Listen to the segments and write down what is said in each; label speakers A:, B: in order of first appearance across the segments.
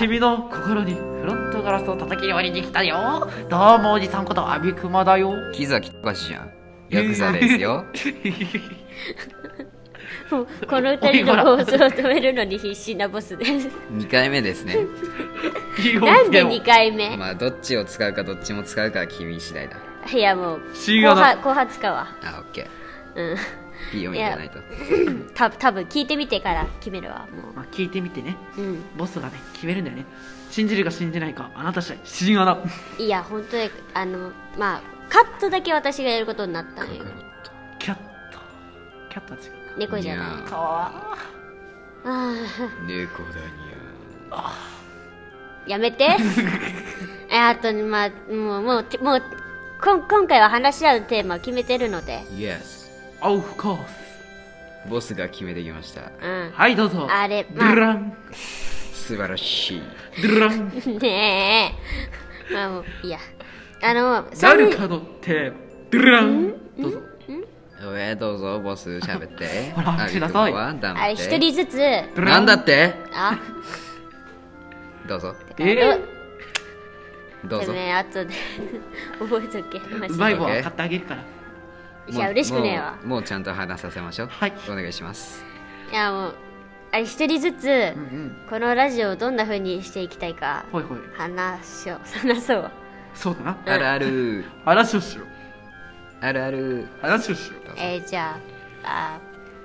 A: 君の心にフロントガラスを叩き割りに来たよどうもおじさんことアビクマだよ
B: 木崎隆じゃんヤクザです よ
C: もうこの二人の構想を止めるのに必死なボ スです。
B: 2回目ですね
C: なんで2回目
B: まあどっちを使うかどっちも使うかは君次第だ
C: いやもう、
A: 不思議だ
C: 後
A: な
C: 発後発かは。
B: あオッケー
C: うん。
B: P を見てないと
C: た多分聞いてみてから決めるわ、も
A: まあ、聞いてみてね
C: う。うん。
A: ボスがね決めるんだよね信じるか信じないかあなた次第新穴
C: いや、本当に、あの、まあ、カットだけ私がやることになったのよ。
A: キャットキャットは違う
C: 猫じゃな
A: か
C: い。
A: かわ
C: あ
B: 猫だに
C: ーや めて。えあと、まあ、もう、もう、てもう、こん今回は話し合うテーマを決めてるので。
B: ゃイエス
A: あオフコース
B: ボスが決めてきました
C: うん。
A: はいどうぞ
C: あれ
A: ド
C: まあ
A: ゥルラン
B: 素晴らしい
A: ドゥルラ ン
C: ねえ。まあもう、いいや。あの、
A: 誰
C: 三人
A: かの手ドゥルランどうぞ
B: えー、どうぞボス喋って
A: ほら
B: あ
A: しなさい
B: リクは
C: あ
B: 黙
C: れ、
B: って
C: 一人ずつ、
A: ドゥルラ
B: な
A: ン
B: んだって
C: あ、
B: どうぞ
A: え
C: え
B: どう
C: て
B: ぞ
C: めえ、後で 覚えとけ。マ
A: う
C: ジ
A: ま
C: で
A: い棒は買ってあげるから
C: いや、嬉しくねえわ
B: も。うもうちゃんと話させましょう
A: はい
B: お願いします
C: いや、もう、あれ、一人ずつ
A: う、んうん
C: このラジオをどんな風にしていきたいか、
A: ほいほい
C: 話を、 話そう。
A: そうだな
B: あるある
A: 話をしよう
B: あるある
A: 話をしよう
C: えー、じゃあ、あ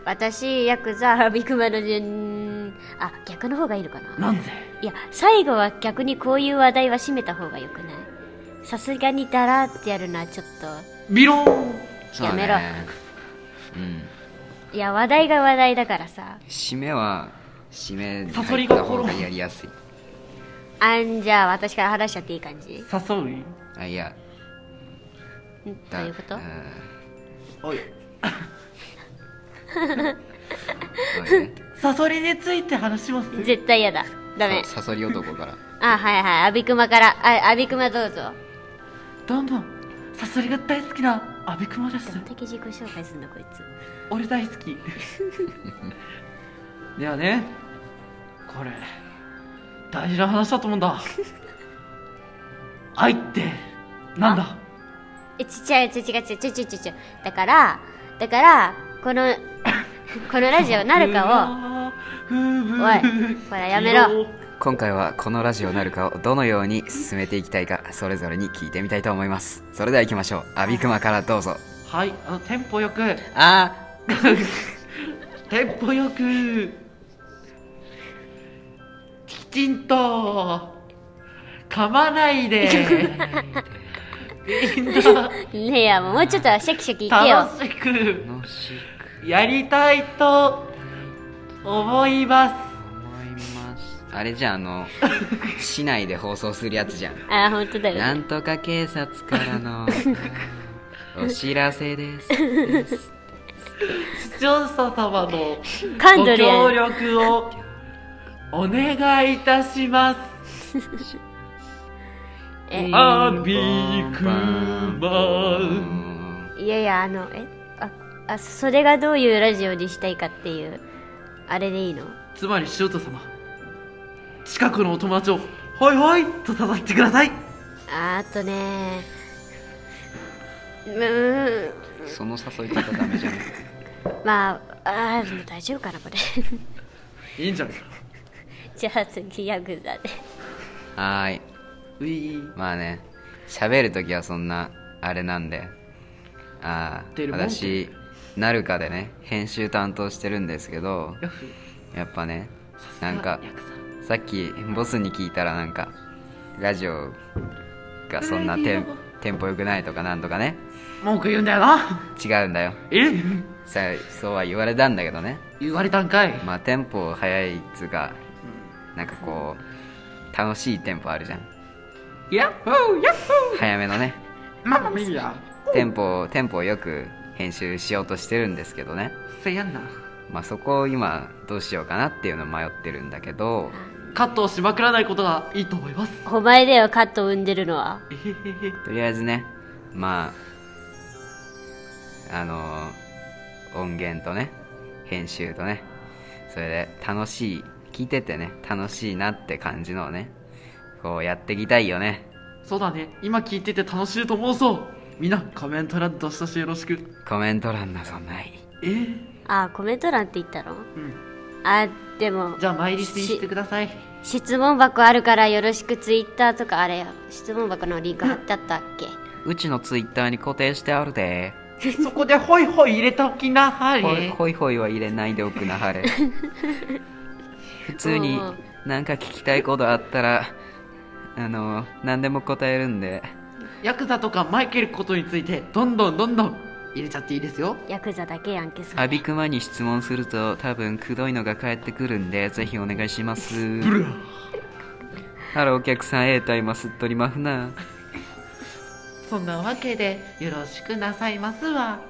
C: 私、ヤクザ、ビクマの順、あ、逆の方がいいのかな
A: なんで
C: いや、最後は逆にこういう話題は締めた方がよくないさすがにダラーってやるのはちょっ
A: ビローン
B: そうだね
C: や
B: うん
C: と。いや、話題が話題だからさ。
B: 締めは締め
A: サソリが
B: 入った
A: 転ぶ
B: 方がやりやすい
C: あんじゃあ、私から話しちゃっていい感じ
A: 誘う
B: あいや
C: んどういうこと
B: ん
A: おい
B: そうね
A: サソリについて話します
C: 絶対嫌だ。ダメ
B: さ。サソリ男から
C: あ、はいはい。アビクマから。あ、アビクマどうぞ。
A: どうもサソリが大好きな阿部熊です
C: どんだけ自己紹介すんの、こいつ。
A: 俺大好きではねこれ大事な話だと思うんだ愛ってなんだ
C: え、ちっちゃい、ちっちゃい、ちっちゃい、ちっちゃい、ちっちゃい。だから、だから、この、このラジオなるかを、おい、ほらやめろ。
B: 今回はこのラジオなるかをどのように進めていきたいかそれぞれに聞いてみたいと思いますそれでは行きましょうアビクマからどうぞ
A: はいあのテンポよく
B: あ
A: テンポよくきちんと噛まないでみんな
C: ねえや、もうもうちょっとシャキシャキいけよ。
A: 楽しく
B: 楽しく
A: やりたいと思います
B: 思いますあれじゃんあの市内で放送するやつじゃん
C: あ、本当だよ。
B: なんとか警察から のお知らせです
A: 視聴者様の
C: 噛ん
A: ご
C: どる
A: 協
C: やん。
A: 力をお願いいたします
C: え
A: アビクマ
C: いやいや、あの、え、あ、あ、それがどういうラジオにしたいかっていう、あれでいいの
A: つまり視聴者様近くのお友達をホイホイと叩いてください
C: ああとねうーん
B: その誘い方ダメじゃん
C: まああーでも大丈夫かなこれ
A: いいんじゃないか
C: じゃあ次ヤクザで
B: はーいう
A: いー
B: まあね喋るときはそんなあれなんであ
A: 出
B: あ
A: るもん
B: 私なるかでね編集担当してるんですけど
A: ヤフー
B: やっぱねなんか
A: ヤクザ
B: さっきボスに聞いたらなんかラジオがそんなテンテンポ良くないとかなんとかね
A: 文句言うんだよな
B: 違うんだよ
A: え
B: さそうは言われたんだけどね
A: 言われたんかい
B: まあテンポ速いっつうかなんかこう楽しいテンポあるじゃん
A: ヤッホーヤッホ
B: 早めのね
A: ーママミヤ
B: テンポテンポよく編集しようとしてるんですけどね
A: せやんな
B: まあそこを今どうしようかなっていうのを迷ってるんだけど
A: カットをしまくらないことがいいと思います
C: お前だよカットを生んでるのは
A: えへへへ
B: とりあえずねまああの音源とね編集とねそれで楽しい聞いててね楽しいなって感じのをねこうやっていきたいよね
A: そうだね今聞いてて楽しいと思うぞみんな仮面トランドしたしよろしく
B: コメント欄なぞない
A: えー、
C: あコメント欄って言ったの
A: うん
C: あでも
A: じゃあ前リスにしてください
C: 質問箱あるからよろしくツイッターとかあれよ質問箱のリンク貼ってあったっけ
B: うちのツイッターに固定してあるで
A: そこでホイホイ入れときなはれ
B: ほいほいほいは入れないでおくなは れ普通に
C: うんうん
B: なんか聞きたいことあったらあの何でも答えるんで
A: ヤクザとかマイケルことについてどんどんどんどん入れちゃっていいですよ
C: ヤクザだけやんけそれ
B: アビクマに質問すると多分くどいのが返ってくるんでぜひお願いします
A: ブル
B: ハローお客さんええた今すっとりまふな
A: そんなわけでよろしくなさいますわ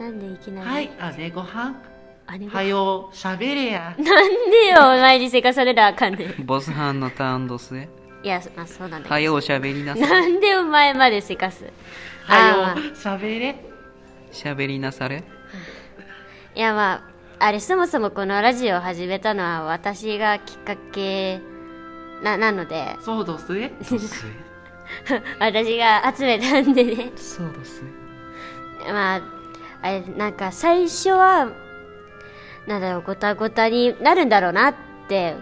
C: なんでいきなり
A: はい姉ごはん
C: あれ
A: はようしゃべれや
C: なんでよ前にせかされなあかんねん
B: ボスハンのターンドスへ
C: いやまあそうなんだけど
B: はよおしゃべりなさ
C: なんでお前までせかすあ
A: は
C: ーま
A: ようしゃべれ
B: しゃべりなされ
C: あいやまああれそもそもこのラジオを始めたのは私がきっかけななので
A: そうどすえ
B: そうです
C: 私が集めたんでね
B: そうです
C: まあ、あれ、なんか最初は、なんだろう、ごたごたになるんだろうなって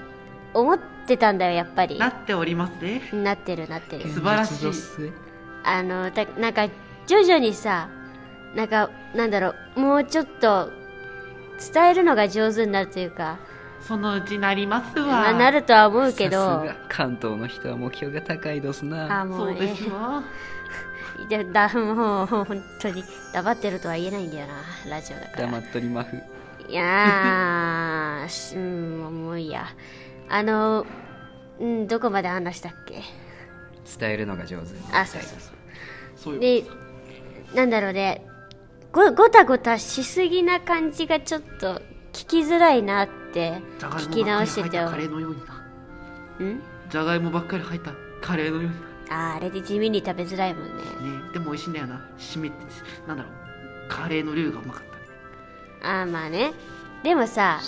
C: 思ってたんだよ、やっぱり。
A: なっておりますね
C: なってるなって る。
A: 素晴らしい
C: あの、だなんか、徐々にさ、なんか、なんだろう、もうちょっと、伝えるのが上手になるというか、
A: そのうちなります
C: ま
A: わ
C: あ、なるとは思う
B: さ
C: けど
B: す、が関東の人は目標が高いどすな
C: あ、も
A: そううで
C: ね
A: す、わ
C: でだもう、本当に、黙ってるとは言えないんだよな、ラジオだから。
B: 黙っとりまふ
C: いやー、しうん、もういいや。あの、うん、どこまで話したっけ
B: 伝えるのが上手に
C: あ、そうそうそ
A: そう
C: う。
A: よ
C: で、なんだろうね、ご、ごたごたしすぎな感じがちょっと聞きづらいなって、
A: じゃがい
C: 聞
A: も
C: き
A: ば
C: 直
A: っか
C: して
A: り入ってたカレ
C: よ。
A: ーのようになんじゃがいもばっかり入ったカレーのようにな
C: あーあれで地味に食べづらいもんね。
A: ねでも美味しいんだよな締めてなんだろうカレーのルーがうまかったね
C: あーまあね。でもさ、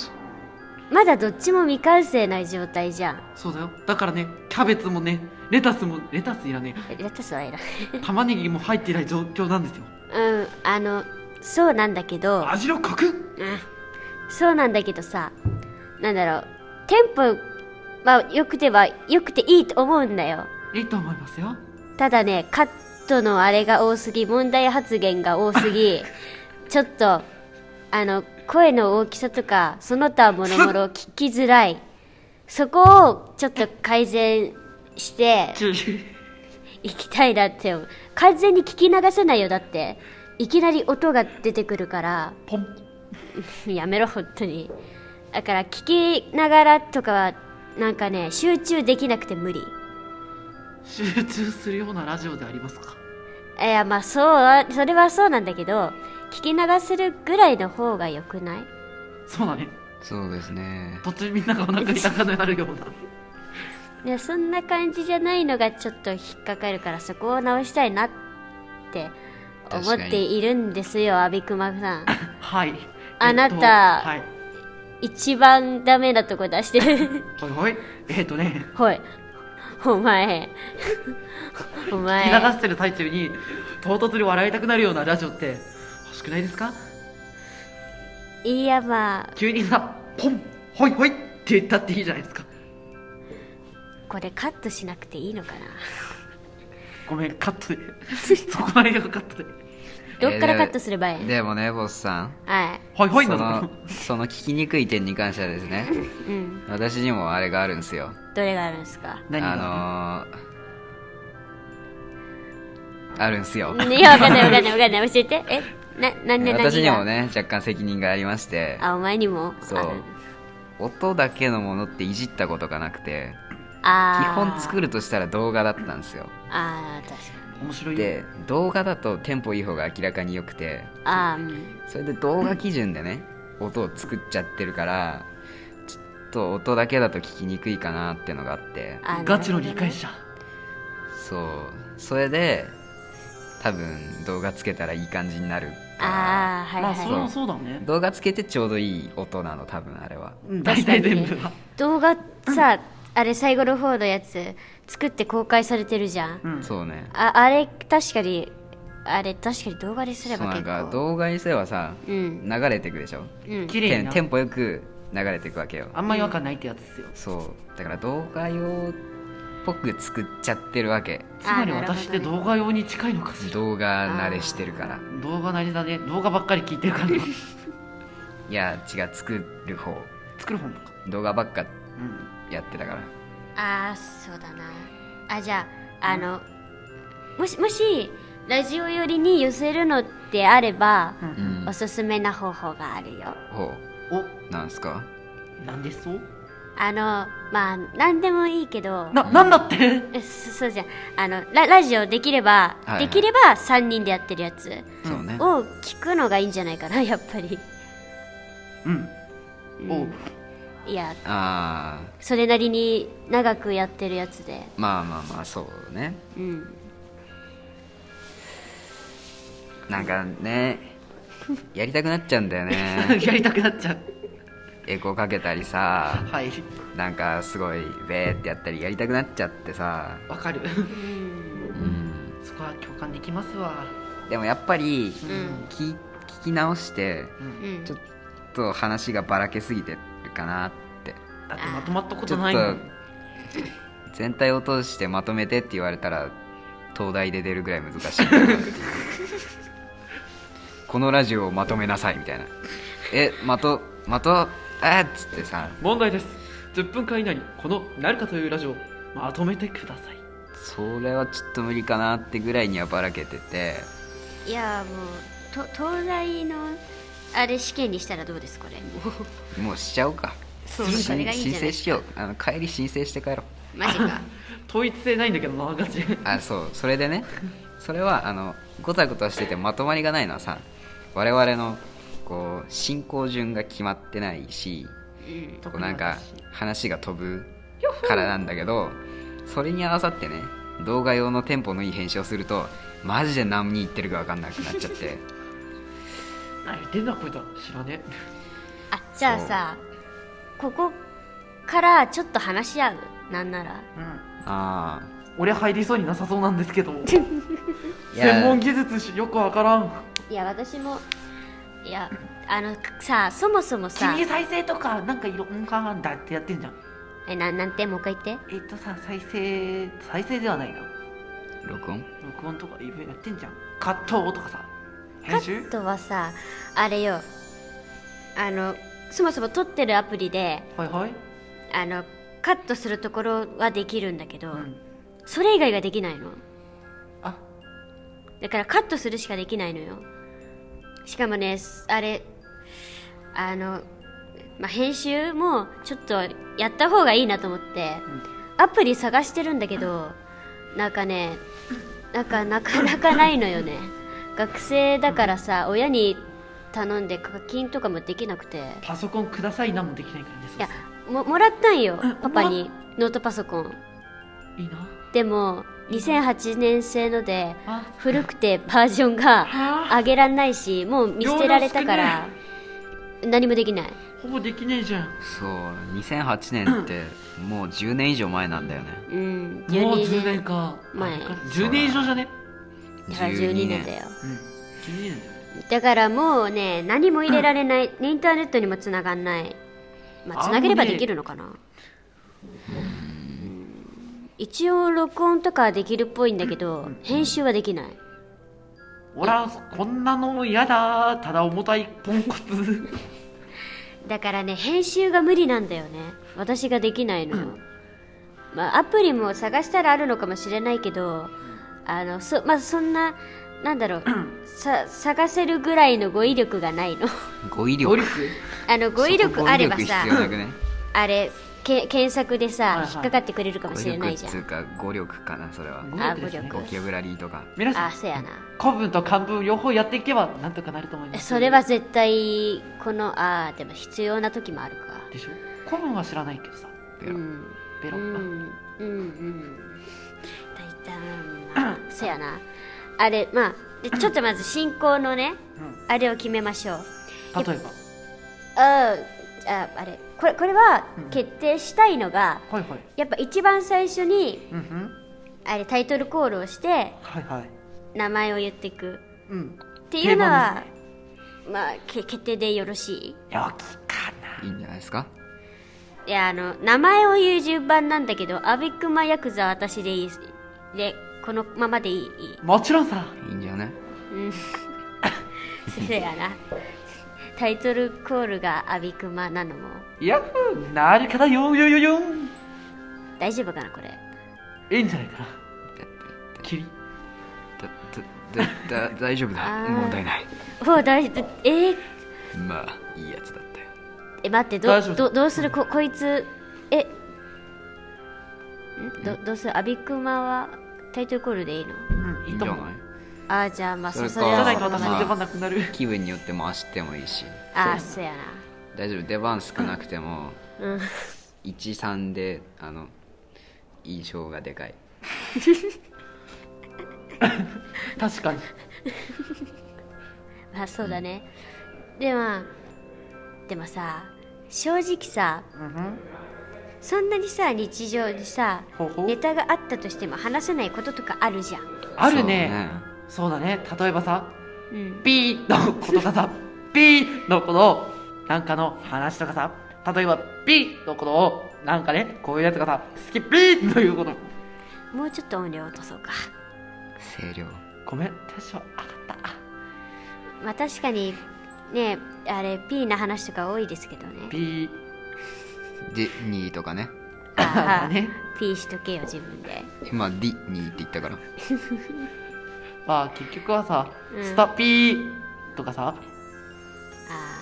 C: まだどっちも未完成な状態じゃん。
A: そうだよだからねキャベツもねレタスもレタスいらね
C: レタスはいらない。
A: え玉ねぎも入っていない状況なんですよ
C: うん、あの、そうなんだけど、
A: 味のコク
C: そうなんだけどさ、なんだろう、テンポは良くては良くていいと思うんだよ。
A: いいと思いますよ
C: ただね、カットのあれが多すぎ、問題発言が多すぎ、ちょっと、あの、声の大きさとか、その他もろもろ聞きづらい。そこをちょっと改善して
A: 注意
C: いきたいなって思う。完全に聞き流せないよ、だって。いきなり音が出てくるから。
A: ポン
C: やめろ本当にだから聞きながらとかはなんかね集中できなくて無理
A: 集中するようなラジオでありますか
C: いやまあそうはそれはそうなんだけど聞き流せるぐらいの方が良くない
A: そうだね
B: そうですね
A: 途中みんながお腹痛くなるような
C: でそんな感じじゃないのがちょっと引っかかるからそこを直したいなって思っているんですよアビクマ さん
A: はい
C: あなた
A: えっとはい
C: 一番ダメなとこ出してる
A: ほいほいえっ、とね
C: ほい お前
A: 聞
C: お
A: き
C: 前
A: 流してる最中に唐突に笑いたくなるようなラジオって欲しくないですか
C: いやまあ
A: 急にさポンほいほいって言ったっていいじゃないですか
C: これカットしなくていいのかな
A: ごめんカットで そこまでがカットで
C: どっからカットすればいい
B: でもねボスさん
C: はい。
A: ほいほい
B: そ
A: なの
B: のその聞きにくい点に関してはです ね
C: うん。
B: 私にもあれがあるんですよ
C: どれがあるんですか
A: 何が
B: あのー、あるんすよ
C: いや、わかんないわかんないわかんない。教えて。えな、な、な、何が
B: 私にも。ね若干責任がありまして
C: あ、お前にも
B: そ
C: あ
B: う
C: る。
B: 音だけのものっていじったことがなくて基
C: あー。
B: 本作るとしたら動画だったんですよ
C: あー、確か
A: 面白い
B: で動画だとテンポいい方が明らかに良くて
C: に。あー、うん。
B: それで動画基準でね音を作っちゃってるからちょっと音だけだと聞きにくいかなってのがあって
C: あ
A: ガチの理解。者
B: そうそれで多分動画つけたらいい感じになるか
C: ああはい
A: まあ
C: はい、
A: それもそうだね
B: 動画つけてちょうどいい音なの多分あれは
A: うん大
C: 確か
A: 体
C: にね
A: 全部が
C: 動画さ、あれ最後の方のやつ作って公開されてるじゃん、
A: うん
B: そうね
C: ああれ確かにあれ確かに動画にすれ
B: そう
C: ば
B: なん
C: 結
B: か
C: 構
B: 動画にすればさ
C: うん
B: 流れてくでしょ
C: うん
A: 綺麗
B: テ
A: に
B: ン
A: な
B: テンポよく流れていくわけよ
A: あんま違和感ないってやつですよ
B: そうだから動画用っぽく作っちゃってるわけ
A: つまり私って
C: なるほど
A: 動画用に近いのかしら
B: 動画慣れしてるから
A: 動画なりだね動画ばっかり聞いてる からな
B: いや違う作る方
A: 作る本とか
B: 動画ばっか
A: うん
B: やってたから
C: ああそうだなあじゃああの、もしもしラジオ寄りに寄せるのってあれば、
A: う
B: うん
C: おすすめな方法があるよ
B: ほ
A: お
B: うなんすか
A: なんでそう
C: あのまあ何でもいいけど
A: ななんだって
C: えそそうじゃんあのララジオできれば、
B: はいはい
C: できれば3人でやってるやつ
B: そうね
C: を聞くのがいいんじゃないかなやっぱり
A: うんおう
C: いや
B: あ
C: それなりに長くやってるやつで
B: ーまあまあまあそうね
C: うん
B: なんかねやりたくなっちゃうんだよ ね
A: やりたくなっちゃう
B: エコーかけたりさ
A: はい
B: なんかすごいベーってやったりやりたくなっちゃってさ、
A: わかる
C: うん
B: うん、
A: そこは共感できますわ
B: でもやっぱり
A: う
C: うん
B: 聞聞き直して
A: うん
C: うん
B: ちょっと話がばらけすぎてるかなって
A: だってまとまったこと
B: ちょ
A: な
B: っ
A: い
B: と
A: の
B: 全体を通してまとめてって言われたら東大で出るぐらい難しいかなっていうこのラジオをまとめなさいみたいなえまとまとえっつってさ
A: 問題です10分間以内にこの「なるか」というラジオをまとめてください
B: それはちょっと無理かなってぐらいにはばらけてて
C: いやもうと東大のあれ試験にしたらどうですこれもう
B: もうしちゃおうか
C: そう
B: し
C: それがいいんじ
B: 申
C: ゃない
B: 請しようあの帰り申請して帰ろう
C: マジ か
A: 統一性ないんだけどなガチで
B: あそうそれでねそれはあのごたごたしててまとまりがないのはさ我々のこう進行順が決まってないし
C: うん
B: こうなんか話が飛ぶからなんだけどそれに合わさってね動画用のテンポのいい編集をするとマジで何言ってるか分かんなくなっちゃって
A: 何言ってんだこいつは知らね
C: あじゃあさここからちょっと話し合うなんなら
A: え、うん、
B: あ
A: 俺入りそうになさそうなんですけど
B: あいや
A: 専門技術しよくわからん
C: いや私もいやあのさそもそもさ
A: 次再生とかなんかいろんなだってやってんじゃん
C: えななんてもう一回言って
A: えっとさ再生再生ではないな
B: 録音
A: 録音とかいろいろやってんじゃんカットとかさ編集
C: あとはさあれよあのそもそも撮ってるアプリで
A: はいはい、
C: あのカットするところはできるんだけど、
A: うん、
C: それ以外ができないの
A: あ
C: だからカットするしかできないのよしかもねすあれあの、まあ、編集もちょっとやった方がいいなと思って、アプリ探してるんだけど、なんかねなんかなかなかないのよね学生だからさ、親に頼んで課金とかもできなくて
A: パソコンくださいなんもできないからね
C: い
A: そう
C: や
A: そ
C: ももらったんよ
A: うん
C: パパにノートパソコン
A: ういいな
C: でも2008年製ので
A: あ
C: 古くてバージョンが
A: はあ
C: 上げらんないしもう見捨てられたから何もできない
A: ほぼできねえじゃん
B: そう2008年ってもう10年以上前なんだよね
C: うん
A: もう
C: 12
A: 10年
C: 年
A: か
C: 前
A: 10年以上じゃね
C: だから12年だよ
A: うん12年だよ
C: だからもうね何も入れられないインターネットにもつながんないまあ
A: あ
C: つなげれば
A: もうね
C: できるのかな一応録音とかはできるっぽいんだけど編集はできない
A: 俺はこんなの嫌だただ重たいポンコツ
C: だからね編集が無理なんだよね私ができないのよ、まあ、アプリも探したらあるのかもしれないけどあのそ,、まあ、そんななんだろうさ探せるぐらいの語彙力がない の
B: 語彙
A: 努
B: 力
A: 力
C: あの語彙
B: そこ
C: 力あれば
B: 語彙力
C: さ
B: 必要なくね
C: あれけ検索でさ、
A: はいはい
C: 引っかかってくれるかも
B: 語
C: し
B: 彙
C: れな
B: 力
C: い
B: っ
C: じゃ
B: つ
C: ん
B: うか語力かなそれは
A: 語力です
C: あ
A: ね
C: 語
B: ボ
C: 力
B: キャブラリーとか
A: 皆さ
C: あ
A: ん
C: せやな
A: 古文と漢文両方やっていけばなんとかなると思います
C: それは絶対このあーでも必要な時もあるか
A: でしょ古文は知らないけどさ
B: ペ
C: う
B: ロ
C: ん
A: ベ
C: う
A: ロ、
C: んうんうん大体まあそやなあれまあ でちょっとまず進行のねあれを決めましょう
A: 例えば
C: あーああれこれこれは決定したいのが、
A: はいはい
C: やっぱ一番最初に
A: うんうん
C: あれタイトルコールをして
A: はいはい
C: 名前を言っていく
A: うん
C: っていうのは、まあけ決定でよろしい
A: 良きかない
B: いんじゃないですか
C: いやあの名前を言う順番なんだけどアビクマヤクザは私でいいでこのままでいいいい
A: もちろんさ
B: いいんじゃない
C: そやなタイトルコールがアビクマなのも
A: ヤッフーなり方よよよよん
C: 大丈夫かなこれ
A: いいんじゃないかなキリ
B: だだだ大丈夫だ
C: あー
B: 問題ない
C: おう大丈夫えー
B: まあいいやつだったよ
C: え待って
A: 大
C: ど
A: 丈夫
C: どどうするここいつえんどどうするアビクマはタイトルコールでいいの
A: うん
B: いい
A: いい
B: ん
A: と
B: じゃ
A: 思う
B: ない
C: ああじゃあまあそ
B: それか
C: それ
A: じゃ
C: は
A: ない
C: そ
A: と
C: のま
A: 私
C: ま
A: の
C: で
A: 出番なくなる
B: 気分によっても走ってもいいし
C: ああそうやな
B: 大丈夫出番少なくても
C: うん
B: 13であの印象がでかい
A: 確かに
C: まあそうだね、でまあでもさ正直さ
A: うんうん
C: そんなにさ日常にさ
A: ほうほう
C: ネタがあったとしても話せないこととかあるじゃん
A: ある
B: そう
A: ねそうだね例えばさ
C: うん
A: ピーのことがさ、ピーのことを、なんかの話とかさ、例えばピーのことを、なんかね、こういうやつがさ、好きピーということ。
C: もうちょっと音量落とそうか
B: 声量
A: ごめん、テンション上がった。
C: まあ確かにねあれ P な話とか多いですけどね
A: ピー、
B: で2とかね
A: だ
C: あ
A: ね。
C: あ P しとけよ自分で
B: 今 D2 って言ったから
A: まあ結局はさ、
C: うん
A: スタピーとかさ、
C: あ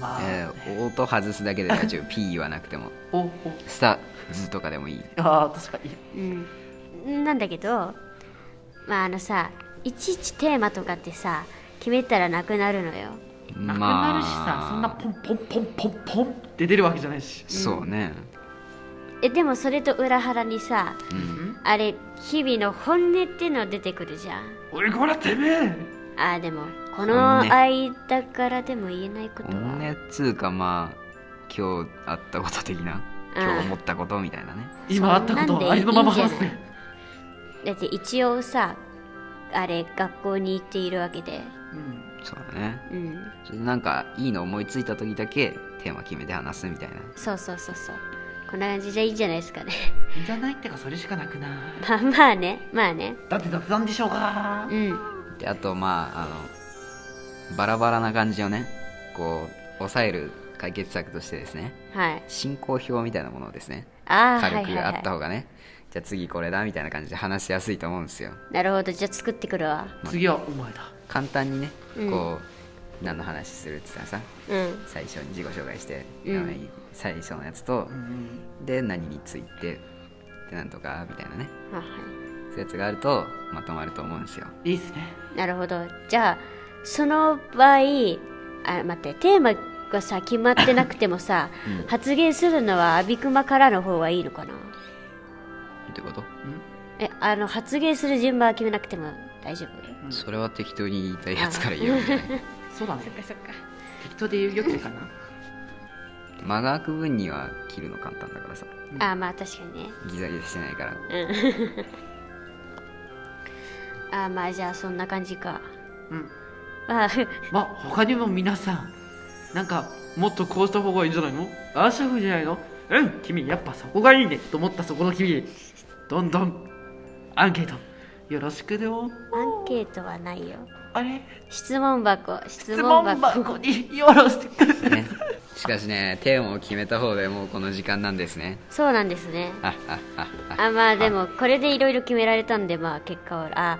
A: まあ、
B: えー、音外すだけで大 丈夫 P 言わなくても
A: お、お、
B: スタズとかでもいい
A: あー確かに。
C: あうんなんだけどまああのさいちいちテーマとかってさ決めたらなくなるのよ
A: なくなるしさ、そんなポンポンポンポンポンって出るわけじゃないし。
B: そうね
C: えでもそれと裏腹にさ
B: うん
C: あれ日々の本音っていうの出てくるじゃん
A: 俺こらてめえ
C: あーでもこ
B: 本
C: の
B: 音
C: 間からでも言えないこと
B: 本
C: は
B: 音っつうかまあ今日あったこと的な
C: うん
B: 今日思ったことみたいなね
A: 今あったことをありのまま話すね。
C: だって一応さあれ学校に行っているわけで
A: うん
B: そうだね
C: うん
B: それでなんかいいの思いついた時だけテーマ決めて話すみたいな
C: そうそうそうそうこんな感じでいいんじゃないですかね
A: いいんじゃないってか、それしかなくない。
C: まあまあねまあね
A: だって雑談でしょうか
C: うん
B: であとまああのバラバラな感じをねこう抑える解決策としてですね
C: はい
B: 進行表みたいなものをですね
C: ああはい
B: 軽
C: は
B: く
C: い、
B: あった
C: は
B: 方がね、じゃあ次これだみたいな感じで話しやすいと思うんですよ
C: い、なるほどじゃあ作ってくるわ
A: 次はお前だ。
B: 簡単にね
C: うん
B: こう、何の話するって言ったらさ
C: うん
B: 最初に自己紹介して、
C: うん
B: 名前最初のやつと
A: うん
B: で何についてでなんとかみたいなね
C: あは
B: そういうやつがあるとまとまると思うんですよ
A: いいっすね。
C: いなるほどじゃあその場合あ待ってテーマがさ決まってなくてもさ、発言するのはアビクマからの方がいいのかな
B: ってこと、
C: えあの発言する順番は決めなくても大丈夫
A: うん
B: それは適当に言いたいやつから言うんじゃない
A: そうだね。そっかそっか。適当で言うよくかな。
B: 間が空く分には切るの簡単だからさ
C: あまあ確かにね
B: ギザギザしてないから
C: あまあじゃあそんな感じか
A: うん。
C: まあ
A: まあ、他にも皆さん、なんか、もっとこうした方がいいんじゃないのああした方がいいんじゃないのうん、君、やっぱそこがいいね。と思ったそこの君、どんどん、アンケート、よろしくでよ。
C: アンケートはないよ
A: あれ
C: 質問箱質
A: 質
C: 問
A: 問
C: 箱
A: 箱によろしく。
B: ねしかしねテーマを決めた方でもうこの時間なんですね
C: そうなんですね
B: ああああ
C: あまあでもこれでいろいろ決められたんでまあ結果はあ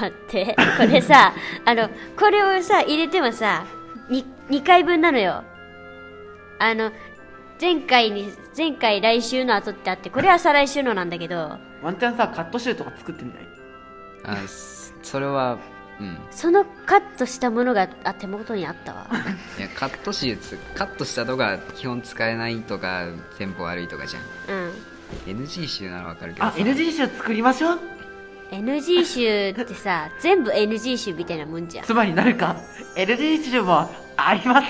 C: 待って これさあのこれをさ入れてもさ 2, 2回分なのよあの前回に前回来週の後ってあってこれは再来週のなんだけど
A: ワンチャンさ、カット集とか作ってみない
B: あそそれはうん
C: そのカットしたものがあ手元にあったわ
B: いやカット手術カットしたとか基本使えないとかテンポ悪いとかじゃん
C: うん
B: NG 集ならわかるけど
A: あ、
B: さ
A: NG 集作りましょう。
C: え NG 集ってさ全部 NG 集みたいなもんじゃん
A: つまりなるか LD 集もあります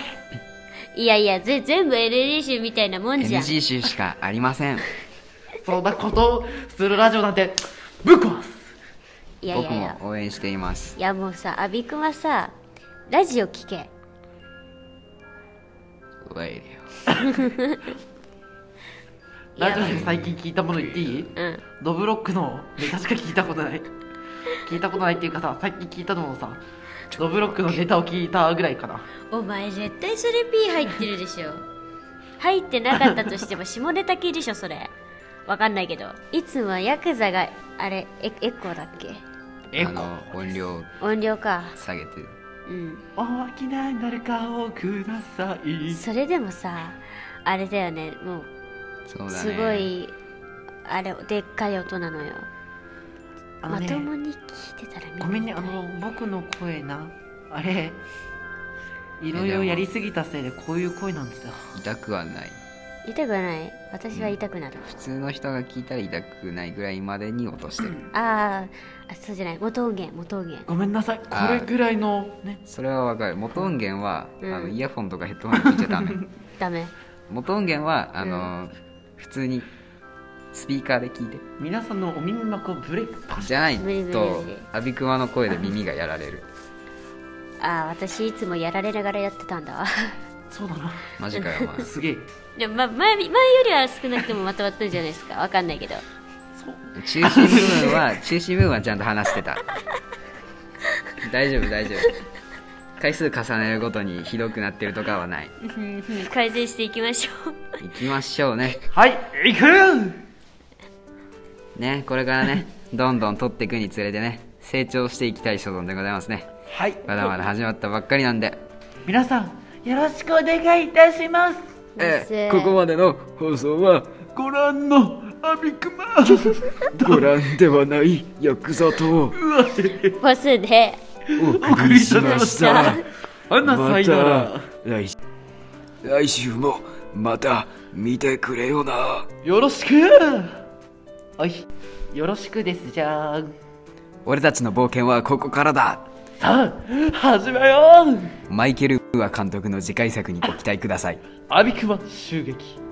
C: いやいやぜ全部 NG 集みたいなもんじゃん
B: NG 集しかありません
A: そんなことをするラジオなんてぶっ壊す
C: いやい
B: 僕
C: やいや
B: も応援しています
C: いやもうさアビくんはさラジオ聞け
B: レイデ
A: ラジオで最近聞いたもの言っていい
C: うん
A: ドブロックのネタしか聞いたことない聞いたことないっていうかさ最近聞いたのもさドブロックのネタを聞いたぐらいかな
C: お前絶対それ P 入ってるでしょ入ってなかったとしても下ネタ系でしょそれわかんないけどいつもヤクザがあれエエコーだっけ
A: え
B: あの音量
C: 音量か
B: 下げて
C: うん
A: 大きな誰かをください
C: それでもさあれだよねもう
B: そうだね
C: すごいあれでっかい音なのよ
A: あの
C: ま
A: ね
C: ともに聞いてたらみんな
A: ごめんねあの僕の声なあれいろいろやりすぎたせいでこういう声なんですよ
B: 痛くはない
C: 痛くはない私は痛くなる、
B: 普通の人が聞いたら痛くないぐらいまでに落としてる
C: あーあそうじゃない元音源元音源
A: ごめんなさいこれぐらいのね
B: それはわかる元音源は、
C: うん
B: あのイヤホンとかヘッドホンで聞いちゃダメ
C: ダメ
B: 元音源はあの、普通にスピーカーで聞いて
A: 皆さんのお耳膜をブレイクパシ
B: じゃない
C: 無理無理
B: と
C: 無理
B: アビクマの声で耳がやられる
C: ああ私いつもやられながらやってたんだわ
A: そうだな
B: マジかよお前
A: すげえ
C: でも、ま、前前よりは少なくともまとまったんじゃないですかわかんないけど
A: そう
B: 中心部分は中心部分はちゃんと話してた大丈夫大丈夫回数重ねるごとにひどくなってるとかはない
C: うんうん改善していきましょう
B: 行きましょうね
A: はい行く
B: ねこれからね どんどん取っていくにつれてね成長していきたい所存でございますね
A: はい
B: まだまだ始まったばっかりなんで、
A: 皆さんよろしくお願いいたします
C: です
B: えーここまでの放送は
A: ご覧のアビク マ
D: ご覧ではないヤクザと
C: ボスで
D: お送りしまし
A: お
D: た
A: 送。あんな
D: ま
A: 才能
D: た
A: だ
D: 来週来週もまた見てくれよな。
A: よろしくおいよろしくですじゃん
B: 俺たちの冒険はここからだ
A: さあ始めよう
B: マイケル・ブーア監督の次回作にご期待ください
A: アビクマ襲撃